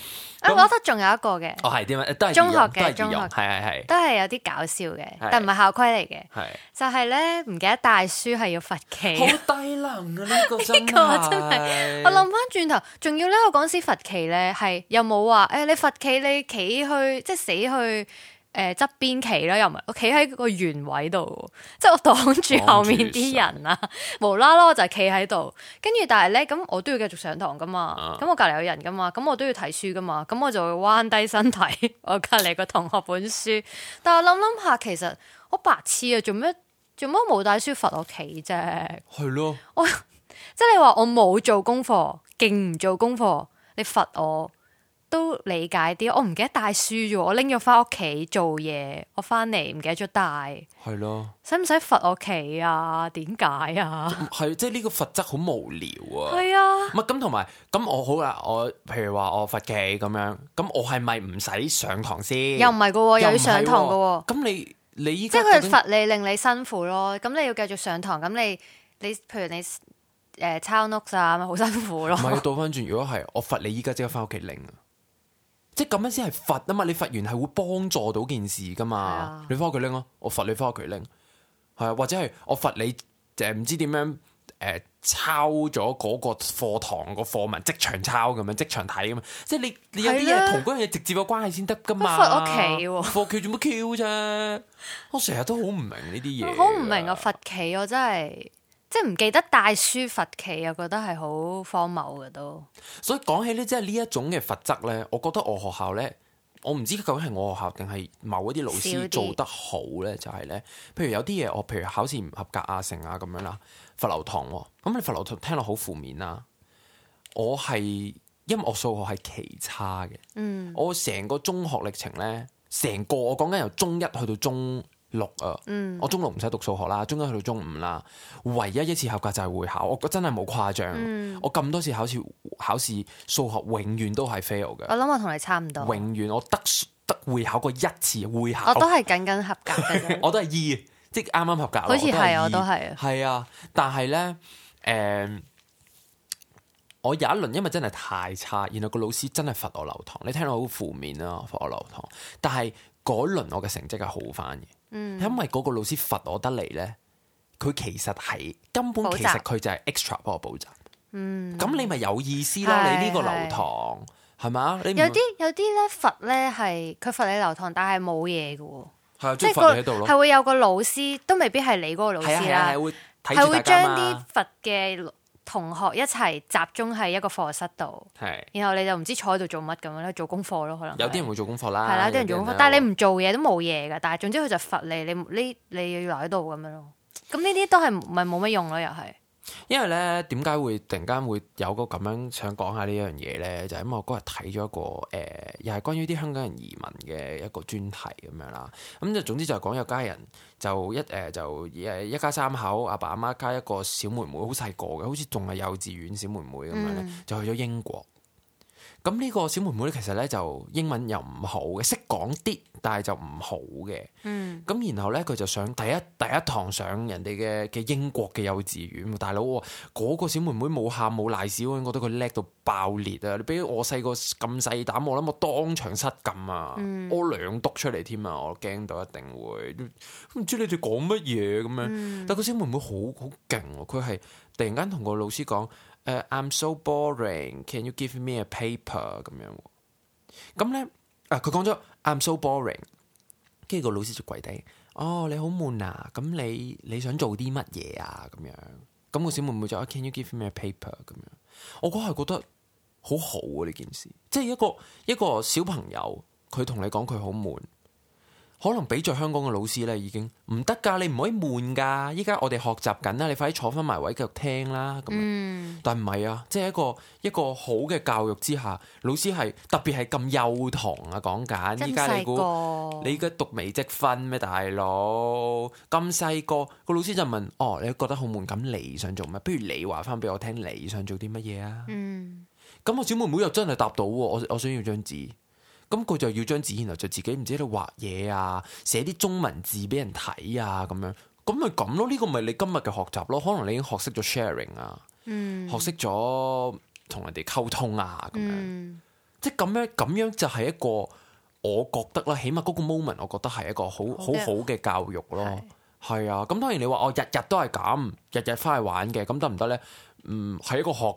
啊，
咁
我覺得仲有一個嘅，
哦係點啊？都係
中
儀
學
容
嘅
都係
中
儀
學
容，係係係
都係有啲搞笑嘅，
係
但唔係校規嚟嘅，
係。
就係咧唔記得帶書係要罰企啊。
好低能啊！呢個真
呢個真係我諗翻轉頭，仲要咧，我嗰時罰企咧係又冇話誒，你罰企你企去即係死去誒側邊企啦，又唔係我企喺個原位度喎，即係我擋住後面啲人啊， 無啦啦我就企喺度，跟住但係咧咁我都要繼續上堂噶嘛，咁、我隔離有人噶嘛，咁我都要睇書噶嘛，咁我就會彎低身體 我隔離個同學本書，但係我諗諗下其實我白痴啊，做咩做咩冇帶書罰我企啫？
係咯，
即係你話我冇做功課，勁唔做功課，你罰我都理解啲。我唔記得帶書啫，我拎咗翻屋企做嘢，我翻嚟唔記得咗帶，
係咯，
使唔使罰我企啊？點解 啊？
係即係呢個罰則好無聊啊！
係啊，
唔係咁，同埋咁我好啦，我譬如話我罰企咁樣，咁我係咪唔使上堂先？
又唔係噶，又
又唔
要
係
上堂噶，
喎。咁你你依
即
家
係佢
究
哋
竟
罰你，令你辛苦咯。咁你要繼續上堂，咁你你譬如你誒抄 notes 啊，咪好辛苦咯
唔。係倒翻轉，如果係我罰你，依家即刻翻屋企領啊！即係咁樣先係罰啊嘛！你罰完係會幫助到件事噶嘛？
係啊
你翻屋企拎咯，我罰你翻屋企拎，係啊，或者係我罰你誒唔知點樣誒、呃抄咗嗰個課堂個課文，即場抄咁樣，即場睇咁樣，即係你你有啲
係
嘢
啦
同嗰樣嘢直接有關係先得噶嘛？
罰我企
罰企做乜 Q 啫？我成日都好唔明呢啲嘢，
我 好唔明啊！！罰企我真係即係唔記得帶書罰企，我覺得係好荒謬嘅都。
所以講起呢，即係呢一種嘅罰則咧，我覺得我學校咧，我唔知究竟係我學校定係某一啲老
少
師
啲
做得好咧，就係、咧，譬如有啲嘢我哦譬如考試唔合格啊、成啊咁樣啦，罰留堂喎，咁你罰留堂聽落好負面啦。我係因為我數學係奇差嘅，
嗯
我成個中學歷程咧，成個我講緊由中一去到中六啊，
嗯
我中六唔使讀數學啦，中一去到中五啦，唯一一次合格就係會考，我真係冇誇張。
嗯，
我咁多次考試考試數學永遠都係 fail
我
嘅，
諗我同你差唔多，
永遠我得得會考過一次會考。
我，都係僅僅合格嘅啫
我都係 E，即係啱啱合格咯。
好似係我都
E
係啊
係啊，但係咧，诶、我有一輪因為真係太差，然後個老師真係罰我留堂，你聽到好負面啦，罰我留堂。但係嗰輪我嘅成績係好翻嘅，
嗯
因為嗰個老師罰我得嚟咧，佢其實係根本
補習
其實佢就係 extra 幫我補習。
嗯，
咁你咪有意思咯？
係
你呢個流堂係咪啊？你唔
有啲有啲咧罰咧係佢罰你留堂，但係冇嘢嘅喎，
係啊，即
即
係
係
罰你喺
個
度咯，
係會有個老師，都未必係你嗰個老
係啊
師
係啊
啦
係，會睇
係
住大家
會將啲
嘛，
罰嘅同學一齊集中喺一個課室度，
係
然後你就唔知坐喺度做乜咁樣咧，做功課咯，可能
有
係
啲人會做功課啦，
係啦，有啲人做功課，
咧
但係你唔做嘢都冇嘢㗎。但係總之佢就罰你，你呢你要留喺度咁樣咯。咁呢啲都係唔係冇乜用咯，又係
因為咧點解會突然間會有個咁樣想講下呢樣嘢咧？就係因為我嗰日睇咗一個誒、呃又係關於啲香港人移民嘅一個專題咁樣啦。咁就總之就係講有家人就一誒、呃就誒一家三口，阿爸阿媽加一個
嗯
小妹妹，好細個嘅，好似仲係幼稚園小妹妹咁樣咧，就去咗英國。咁咁呢個小妹妹咧，其實咧就英文又唔好嘅，識講啲，但係就唔好嘅。
嗯，
咁然後咧，佢就上第一第一堂上人哋嘅嘅英國嘅幼稚園，大佬喎嗰、個小妹妹冇喊冇賴屎，我覺得佢叻到爆裂啊！你俾我細個咁細膽，我諗我當場失禁啊，屙兩督出嚟添啊！我驚到一定會，唔知你哋講乜嘢咁樣。但個小妹妹好好勁喎，佢係突然間同個老師講：誒、i m Uh, so boring，can you give me a paper？咁樣喎。咁咧，啊佢講咗 I'm so boring，跟住個老師就跪低，哦你好悶啊，咁你你想做啲乜嘢啊？咁樣，咁個小妹妹就啊 Can you give me a paper？咁樣，我嗰下覺得好好啊呢件事，即係一個一個小朋友，佢同你講佢好悶。可能比着香港嘅老師咧，已經唔得㗎，你唔可以悶㗎。依家我哋學習緊啦，你快啲坐翻埋位繼續聽啦。咁樣，啊
嗯
但唔係啊，即係一個一個好嘅教育之下，老師係特別係咁幼童啊講緊。
真
依家你
細
估
個，
你而家讀微積分咩，大佬咁細個，個老師就問：哦，你覺得好悶，咁你想做乜？不如你話翻俾我聽，你想做啲乜嘢啊？
嗯，
咁我小妹妹又真係答到喎，我我想要張紙，咁佢就要張紙，然後就自己唔知喺度畫嘢啊，寫啲中文字俾人睇啊，咁樣，咁咪咁咯，呢、個咪你今日嘅學習咯，可能你已經學識咗 sharing 啊，
嗯，
學識咗同人哋溝通啊，咁樣，
嗯，
即係咁樣咁樣就係一個，我覺得啦，起碼嗰個 moment，我覺得係一個好好
嘅
好嘅教育咯
係。
係啊，咁當然你話我日日都係咁，日日翻去玩嘅，咁得唔得咧？嗯，係一個學，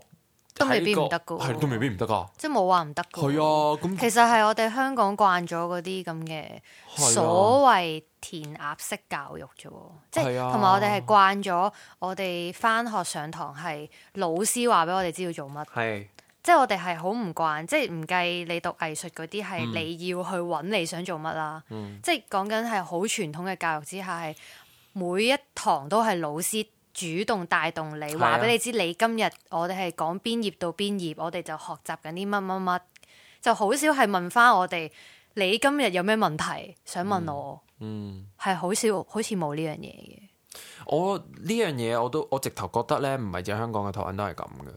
都未
係一
必
個
唔得㗎喎
係都未必唔得噶。
即係冇話唔得
係
㗎。
啊，咁
其實係我哋香港慣咗嗰啲咁嘅
係啊
所謂填鴨式教育啫喎，即係
係啊
同埋我哋係慣咗我哋翻學上堂係老師話俾我哋知要做乜，
係
即係我哋係好唔慣，即係唔計你讀藝術嗰啲
嗯
係你要去揾你想做乜啦，即係講緊係好傳統嘅教育之下係每一堂都係老師。主動帶動你，
係啊
話俾你知，你今日我哋係講邊頁到邊頁，我哋就學習緊啲乜乜乜，就好少係問翻我哋，你今日有咩問題想問我？
嗯，
係好少，好似冇呢樣嘢嘅。
我呢樣嘢我都我直頭覺得咧，唔係淨係香港嘅台灣都係咁嘅，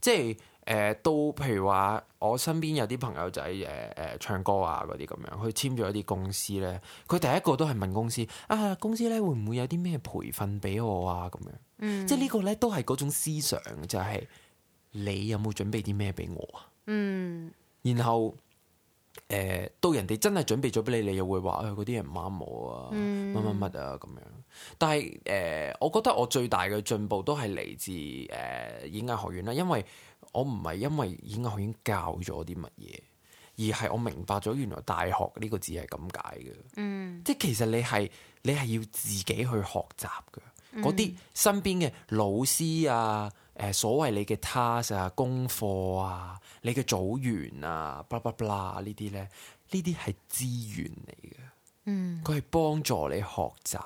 即係誒、呃都譬如話，我身邊有啲朋友仔誒誒唱歌啊嗰啲咁樣，佢簽咗一啲公司咧，佢第一個都係問公司啊，公司咧會唔會有啲咩培訓俾我啊咁樣，
嗯
即係呢個咧都係嗰種思想，就係、你有冇準備啲咩俾我啊？
嗯
然後誒、呃到人哋真係準備咗俾你，你又會話哎誒嗰啲人唔啱我啊，乜乜乜啊咁樣。但係誒、呃我覺得我最大嘅進步都係嚟自誒、呃演藝學院啦，因為我唔係因為演藝學院教咗啲乜嘢，而係我明白咗原來大學呢個字係咁解嘅。
嗯
即係其實你係你係要自己去學習嘅。嗰啲身邊嘅老師啊，誒、所謂你嘅 task 啊、功課啊、你嘅組員啊、blah blah blah 呢啲咧，呢啲係資源嚟嘅，
嗯
佢係幫助你學習，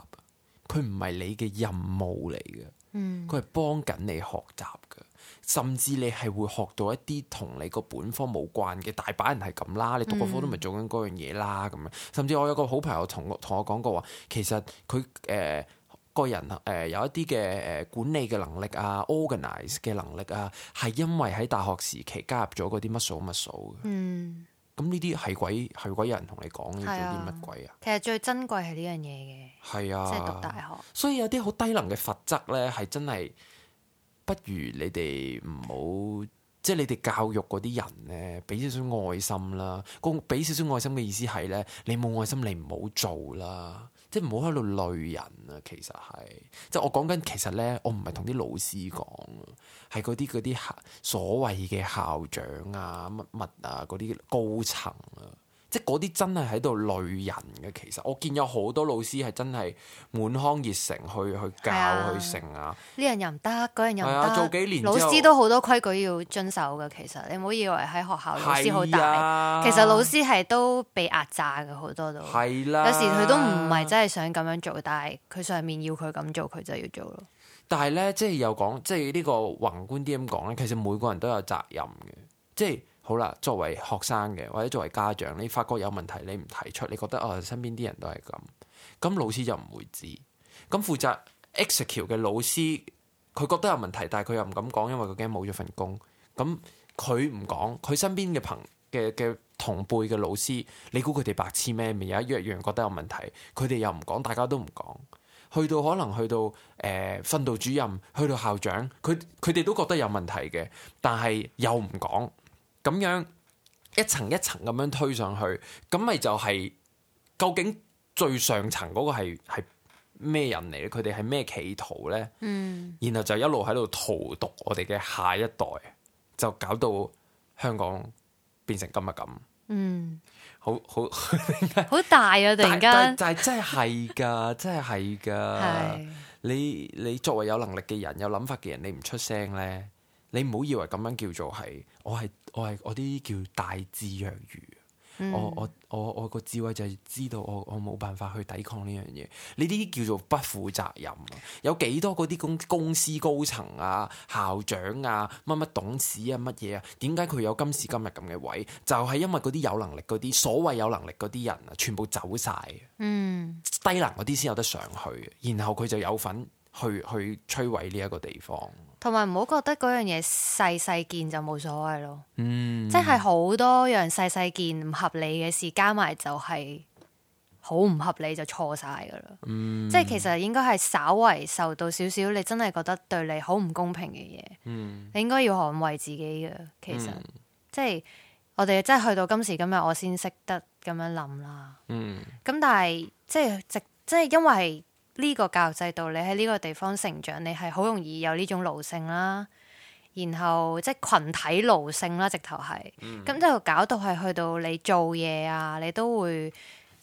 佢唔係你嘅任務嚟嘅。
嗯
佢係幫緊你學習嘅，甚至你係會學到一啲同你個本科冇關嘅，大把人係咁啦。你讀個科都咪做緊嗰樣嘢啦，咁樣。甚至我有個好朋友同我同我講過話，其實佢誒、呃、個人誒、呃有一啲嘅誒管理嘅能力啊、organize 嘅能力啊，係因為喺大學時期加入咗嗰啲乜數乜數嘅。
嗯，
咁呢啲係鬼係鬼有人同你講要做
係啊
啲乜鬼啊？
其實最珍貴係呢樣嘢
係啊，
嘅，即係讀大學。
所以有啲好低能嘅罰則咧，係真係不如你哋唔好，即係你哋教育嗰啲人咧，俾少少愛心啦。個俾少少愛心嘅意思係咧，你冇愛心你唔好做啦，即係唔好喺度累人啊。其實係，即係我講緊其實咧，我唔係同啲老師講啊，係嗰啲嗰啲校所謂嘅校長啊、乜乜啊嗰啲高層啊。即係嗰啲真係喺度累人嘅，其實我見有好多老師係真係滿腔熱誠去去教
係啊
去成啊，
呢樣又唔得，嗰樣又唔
係啊
得。
做幾年之
老
後
師都好多規矩要遵守嘅。其實你唔好以為喺學校老師好大，
啊，
其實老師係都被壓榨嘅好多都。有
係啊啦，
時佢都唔係真係想咁樣做，但係佢上面要佢咁做，佢就要做咯。
但係咧，即係又講，即係呢個宏觀啲咁講咧，其實每個人都有責任嘅。即係好啦，作為學生嘅，或者作為家長，你發覺有問題，你唔提出，你覺得啊、身邊啲人都係咁，咁老師就唔會知。咁負責 execute 嘅老師，佢覺得有問題，但係佢又唔敢講，因為佢驚冇咗份工。咁佢唔講，佢身邊嘅朋嘅嘅同輩嘅老師，你估佢哋白痴咩？咪有一樣覺得有問題，佢哋又唔講，大家都唔講。去到可能去到誒、呃、訓導主任，去到校長，佢佢哋都覺得有問題嘅，但係又唔講，咁樣一層一層咁樣推上去，咁咪就係、究竟最上層嗰個係係咩人嚟咧？佢哋係咩企圖咧？
嗯，
然後就一路喺度荼毒我哋嘅下一代，就搞到香港變成今日咁，
嗯，
好好
好大啊！突然
但
間，
但係真係係㗎，真係係㗎。
係
你你作為有能力嘅人、有諗法嘅人，你唔出聲咧，你唔好以為咁樣叫做係我係我係我啲叫大智若愚。我我我我個智慧就係知道我我冇辦法去抵抗呢樣嘢，呢啲叫做不負責任啊！有幾多嗰啲公公司高層啊、校長啊、乜乜董事啊、乜嘢啊？點解佢有今時今日咁嘅位？就係、因為嗰啲有能力嗰啲所謂有能力嗰啲人啊，全部走晒，
嗯
低能嗰啲先有得上去，然後佢就有份去去摧毀呢一個地方。
同埋唔好覺得嗰樣嘢細細件就冇所謂咯。
嗯，
即係好多樣細細件唔合理嘅事加埋就係好唔合理就錯晒噶啦。即係其實應該係稍為受到少少，你真係覺得對你好唔公平嘅嘢，你應該要捍衛自己嘅。其實、
嗯
即係我哋真係去到今時今日，我先識得咁樣諗啦。
嗯
咁但係即係直即係因為呢個教育制度，你喺呢個地方成長，你係好容易有呢種奴性啦，然後即係群體奴性啦，直頭係，咁、就搞到係去到你做嘢啊，你都會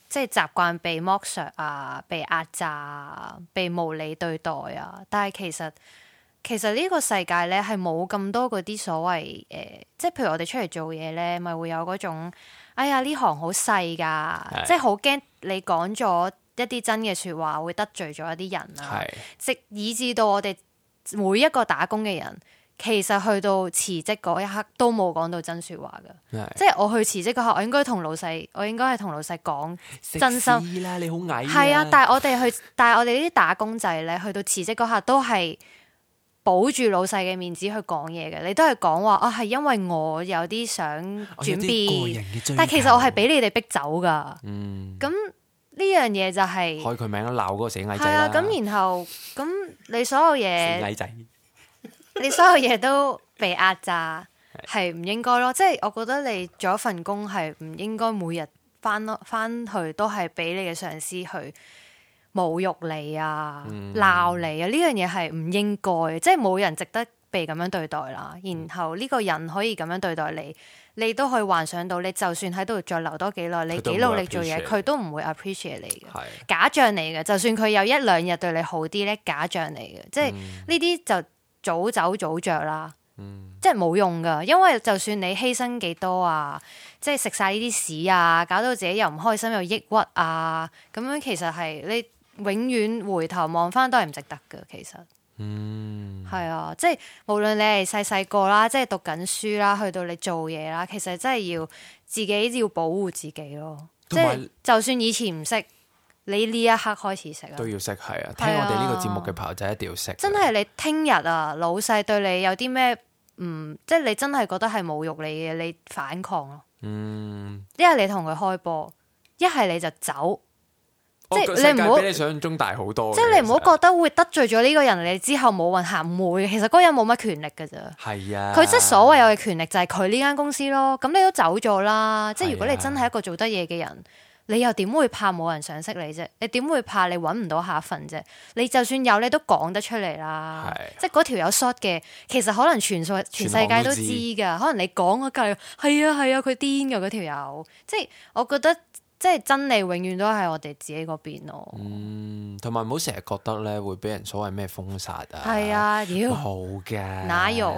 即係習慣被剝削啊，被壓榨啊，被無理對待啊，但係其實。其實呢個世界咧係冇咁多嗰啲所謂誒、呃即係譬如我哋出嚟做嘢咧，咪會有嗰種，哎呀呢行好細㗎，即係好驚你講咗一啲真嘅説話會得罪咗一啲人啊，
係
直以至到我哋每一個打工嘅人，其實去到辭職嗰一刻都冇講到真説話㗎，
係
即係我去辭職嗰刻，我應該同老細，我應該係同老細講。真心
食屎啦！你好矮
係啊，但係我哋去，但係我哋呢啲打工仔咧，去到辭職嗰下都係保住老細嘅面子去講嘢嘅，你都係講話啊，係因為我有啲想
我哦有
轉
啲個
變，
人嘅追
但係其實我係
求
俾你哋逼走噶。
嗯。
咁呢樣嘢就係
開佢名啦，鬧嗰個死矮
係
仔啦
啊，，咁然後咁你所有
死
嘢，
矮仔，
你所有嘢都被壓榨，係唔應該咯。即係我覺得你做一份工係唔應該每日翻咯翻去都係俾你嘅上司去侮辱你啊、
嗯
鬧、你啊，呢樣嘢係唔應該嘅，即係冇人值得被咁樣對待啦。
嗯
然後呢個人可以咁樣對待你，你都可以幻想到，你就算喺度再留多幾耐，你
佢都唔
幾
會
努力做嘢，
appreciate
佢都唔會 appreciate 你嘅。
係
假象嚟嘅，就算佢有一兩日對你好啲咧，假象嚟嘅，即係
嗯
呢啲就早走早着啦，即係冇用噶，因為就算你犧牲幾多啊，即係食晒呢啲屎啊，搞到自己又唔開心又抑鬱啊，咁樣其實係你永遠回頭望翻都係唔值得噶，其實。
嗯，
係啊，即係無論你係細細個啦，即係讀緊書啦，去到你做嘢啦，其實真係要自己要保護自己咯。即
同埋
係就算以前唔識，你呢一刻開始識啊
都，要識係啊！聽
係
我
啊
哋呢個節目嘅朋友仔一定要識，
真係你聽日啊，老細對你有啲咩唔，即係你真係覺得係侮辱你嘅，你反抗咯。
嗯，
一係你同佢開波，一係你就走。即係
我個
你
世界
唔好
比你想象中大好多嘅，
即係
其
你唔
實
好覺得會得罪咗呢個人，你之後冇運行唔會嘅。其實嗰個人冇乜權力㗎咋。
係啊，
佢即係所謂有嘅權力就係佢呢間公司咯。咁你都走咗啦，即
係啊
係如果你真係一個做得嘢嘅人，你又點會怕冇人賞識你啫？你點會怕你揾唔到下一份啫？你就算有，你都講得出嚟啦
係。
即係嗰條有 short 嘅，其實可能全世全世界都知㗎。可能你講嗰句係啊係啊，佢癲㗎嗰條友。即係我覺得，即係真理永遠都係我哋自己嗰邊咯。
嗯，同埋唔好成日覺得咧會俾人所謂咩封殺啊，
係，啊，妖
冇嘅，
哪有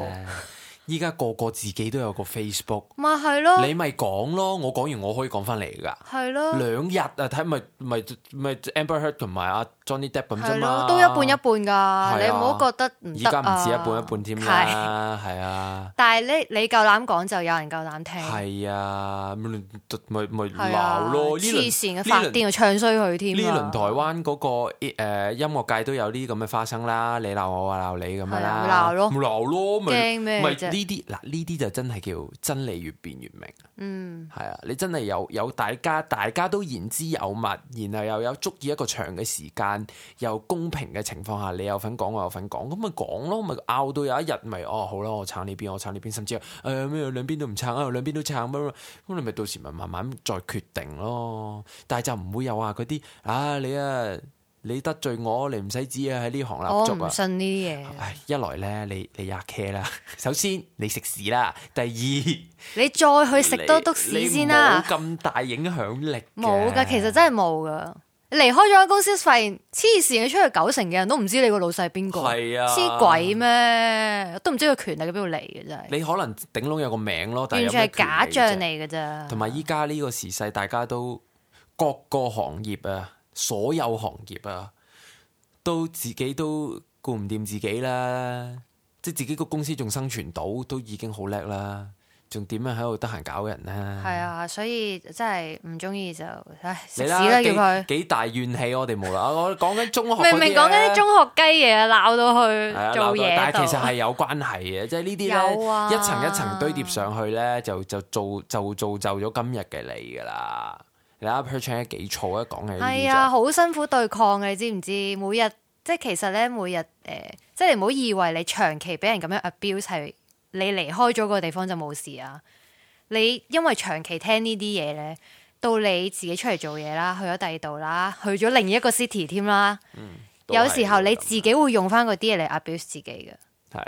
依家個個自己都有個 Facebook，
咪係咯
你，咪講咯，我講完我可以講翻嚟㗎。
係咯。
兩日啊，睇咪咪咪 Amber Heard 同埋阿 Johnny Depp 咁
係
啫
咯
嘛，，
都一半一半噶，
啊
你唔好覺得唔
依
得
家唔
啊！
止一半一半添
係，
啦，係啊，
但係你你夠膽講就有人夠膽聽，
係啊，咪咪咪
係啊
鬧咯！呢
黐線嘅
輪
發
呢輪
癲啊，唱衰佢添
呢輪
啊。
台灣嗰個誒音樂界都有啲咁嘅花生啦，你鬧我，我鬧你咁樣
係
啦，
啊鬧咯
咪鬧咯，咪
驚咩
咪
啫
呢啲嗱呢啲就真係叫真理越辯越明。
嗯，
係啊，你真係有有大家，大家都言之有物，然後又有足以一個長嘅時間，又公平嘅情況下，你有份講，我有份講，咁咪講咯，咪拗到有一日咪哦好啦，我撐呢邊，我撐呢邊，甚至誒咩、兩邊都唔撐啊，兩邊都撐乜乜乜咁你咪到時咪慢慢再決定咯。但係就唔會有話嗰啲啊你啊你得罪我，你唔使指啊喺呢行立
我
足
唔
啊。
信呢啲嘢。
唉，一來咧，你你吔茄啦， 首先你食屎啦，第二。
你再 去食多督
你
屎先啦
你，冇咁大影響力嘅
冇噶，其實真係冇噶。你離開咗間公司，發現黐線，你出去九成嘅人都唔知你個老細係邊個，
係啊
黐鬼咩？都唔知佢權力喺邊度嚟嘅真係，
你可能頂籠有個名咯，但係
完
有
全
咩
係假
權利啫。
象嚟嘅咋。
同埋依家呢個時勢，大家都各個行業啊，所有行業啊，都自己都顧唔掂自己啦，即係自己個公司仲生存到，都已經好叻啦，仲點樣喺度得閒搞人呢？
係啊，所以真係唔中意就唉食
你
屎
嗯啦，
啦，叫
幾
佢。
幾大怨氣，我哋無啦，我講緊中學嗰
明明講
啲
緊
咧
啲中學雞嘢，鬧到
係啊
去做
鬧到
嘢
但係其實
度
係有關係嘅，即係呢啲
有
咧、
啊
一層一層堆疊上去咧，就就造就造就咗今日嘅你噶啦。你睇 Per Chan 幾燥啊，講起呢
係
啲
啊，
就
好辛苦對抗嘅，你知唔知？每日即係其實咧，每日誒、呃即係你唔好以為你長期俾人咁樣 abuse 係你離開咗個地方就冇事啊！你因為長期聽呢啲嘢咧，到你自己出嚟做嘢啦，去咗第二度啦，去咗另一個 city 添啦，
都係
有時候你
咁
自己會用翻嗰啲嘢嚟 abuse 自己嘅。
係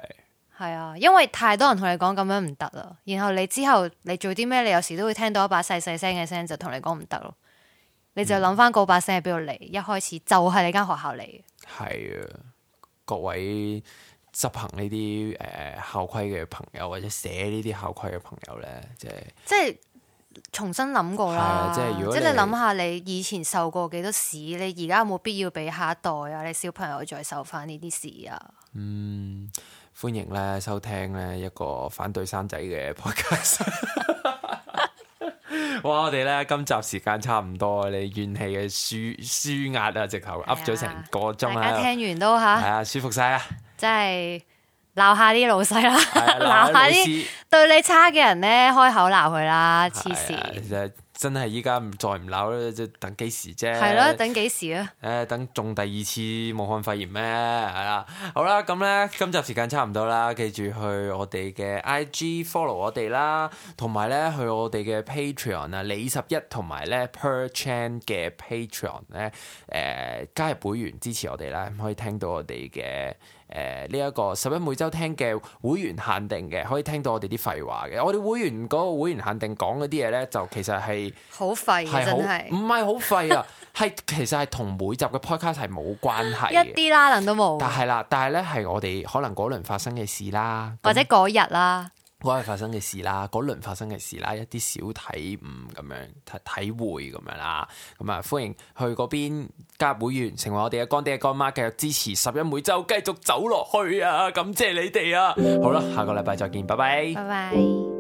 係啊，因為太多人同你講咁樣唔得啦，然後你之後你做啲咩，你有時都會聽到一把細細聲嘅聲就同你講唔得咯，你就諗翻嗰把聲喺邊度嚟，一開始就係你間學校嚟嘅，
係啊，各位執行呢啲誒校規嘅朋友，或者寫呢啲校規嘅朋友咧，即係
即係重新諗過
係
啦
啊，即係如果
即
你
係你諗下你以前受過幾多屎，你而家有冇必要俾下一代啊，你小朋友再受翻呢啲屎啊？
嗯歡迎咧收聽咧一個反對生仔嘅 podcast。哇！我哋咧今集時間差唔多，你怨氣嘅舒舒壓啊，直頭噏咗成個鐘
大家
啦，
聽完都
係
吓，
啊，舒服晒 啊，
即係鬧下啲老細啦，
係啊
鬧下
老
啲
師
對你差嘅人咧，開口鬧佢啦，黐
係啊
線，
其實真係依家唔再唔鬧咧，即係等幾時啫？
係咯，等幾時啊？
誒等中第二次武漢肺炎咩？係啦，好啦，咁咧今集時間差唔多啦，記住去我哋嘅 IG follow 我哋啦，同埋咧去我哋嘅 Patreon 啊，李十一同埋咧 Per Chan 嘅 Patreon 咧，誒、加入會員支持我哋啦，咁可以聽到我哋嘅。誒呢一個十一每週聽嘅會員限定嘅，可以聽到我哋啲廢話嘅。我哋會員嗰個會員限定講嗰啲嘢咧，就其實係。
好廢嘅
係好
真
唔
係，
係好廢啊？ 係其實係同每集嘅 podcast 係冇關係
一
嘅，
啲啦能都
但
冇，
係啦，但係咧係我哋可能嗰輪發生嘅事啦，
或者
咁
嗰日啦，
嗰日發生嘅事啦，嗰輪發生嘅事啦，一啲小體悟咁樣體體會咁樣啦，咁啊歡迎去嗰邊加入會員，成為我哋嘅乾爹乾媽，繼續支持十一每週繼續走落去啊！感謝你哋啊！好啦，下個禮拜再見，拜拜。
拜拜。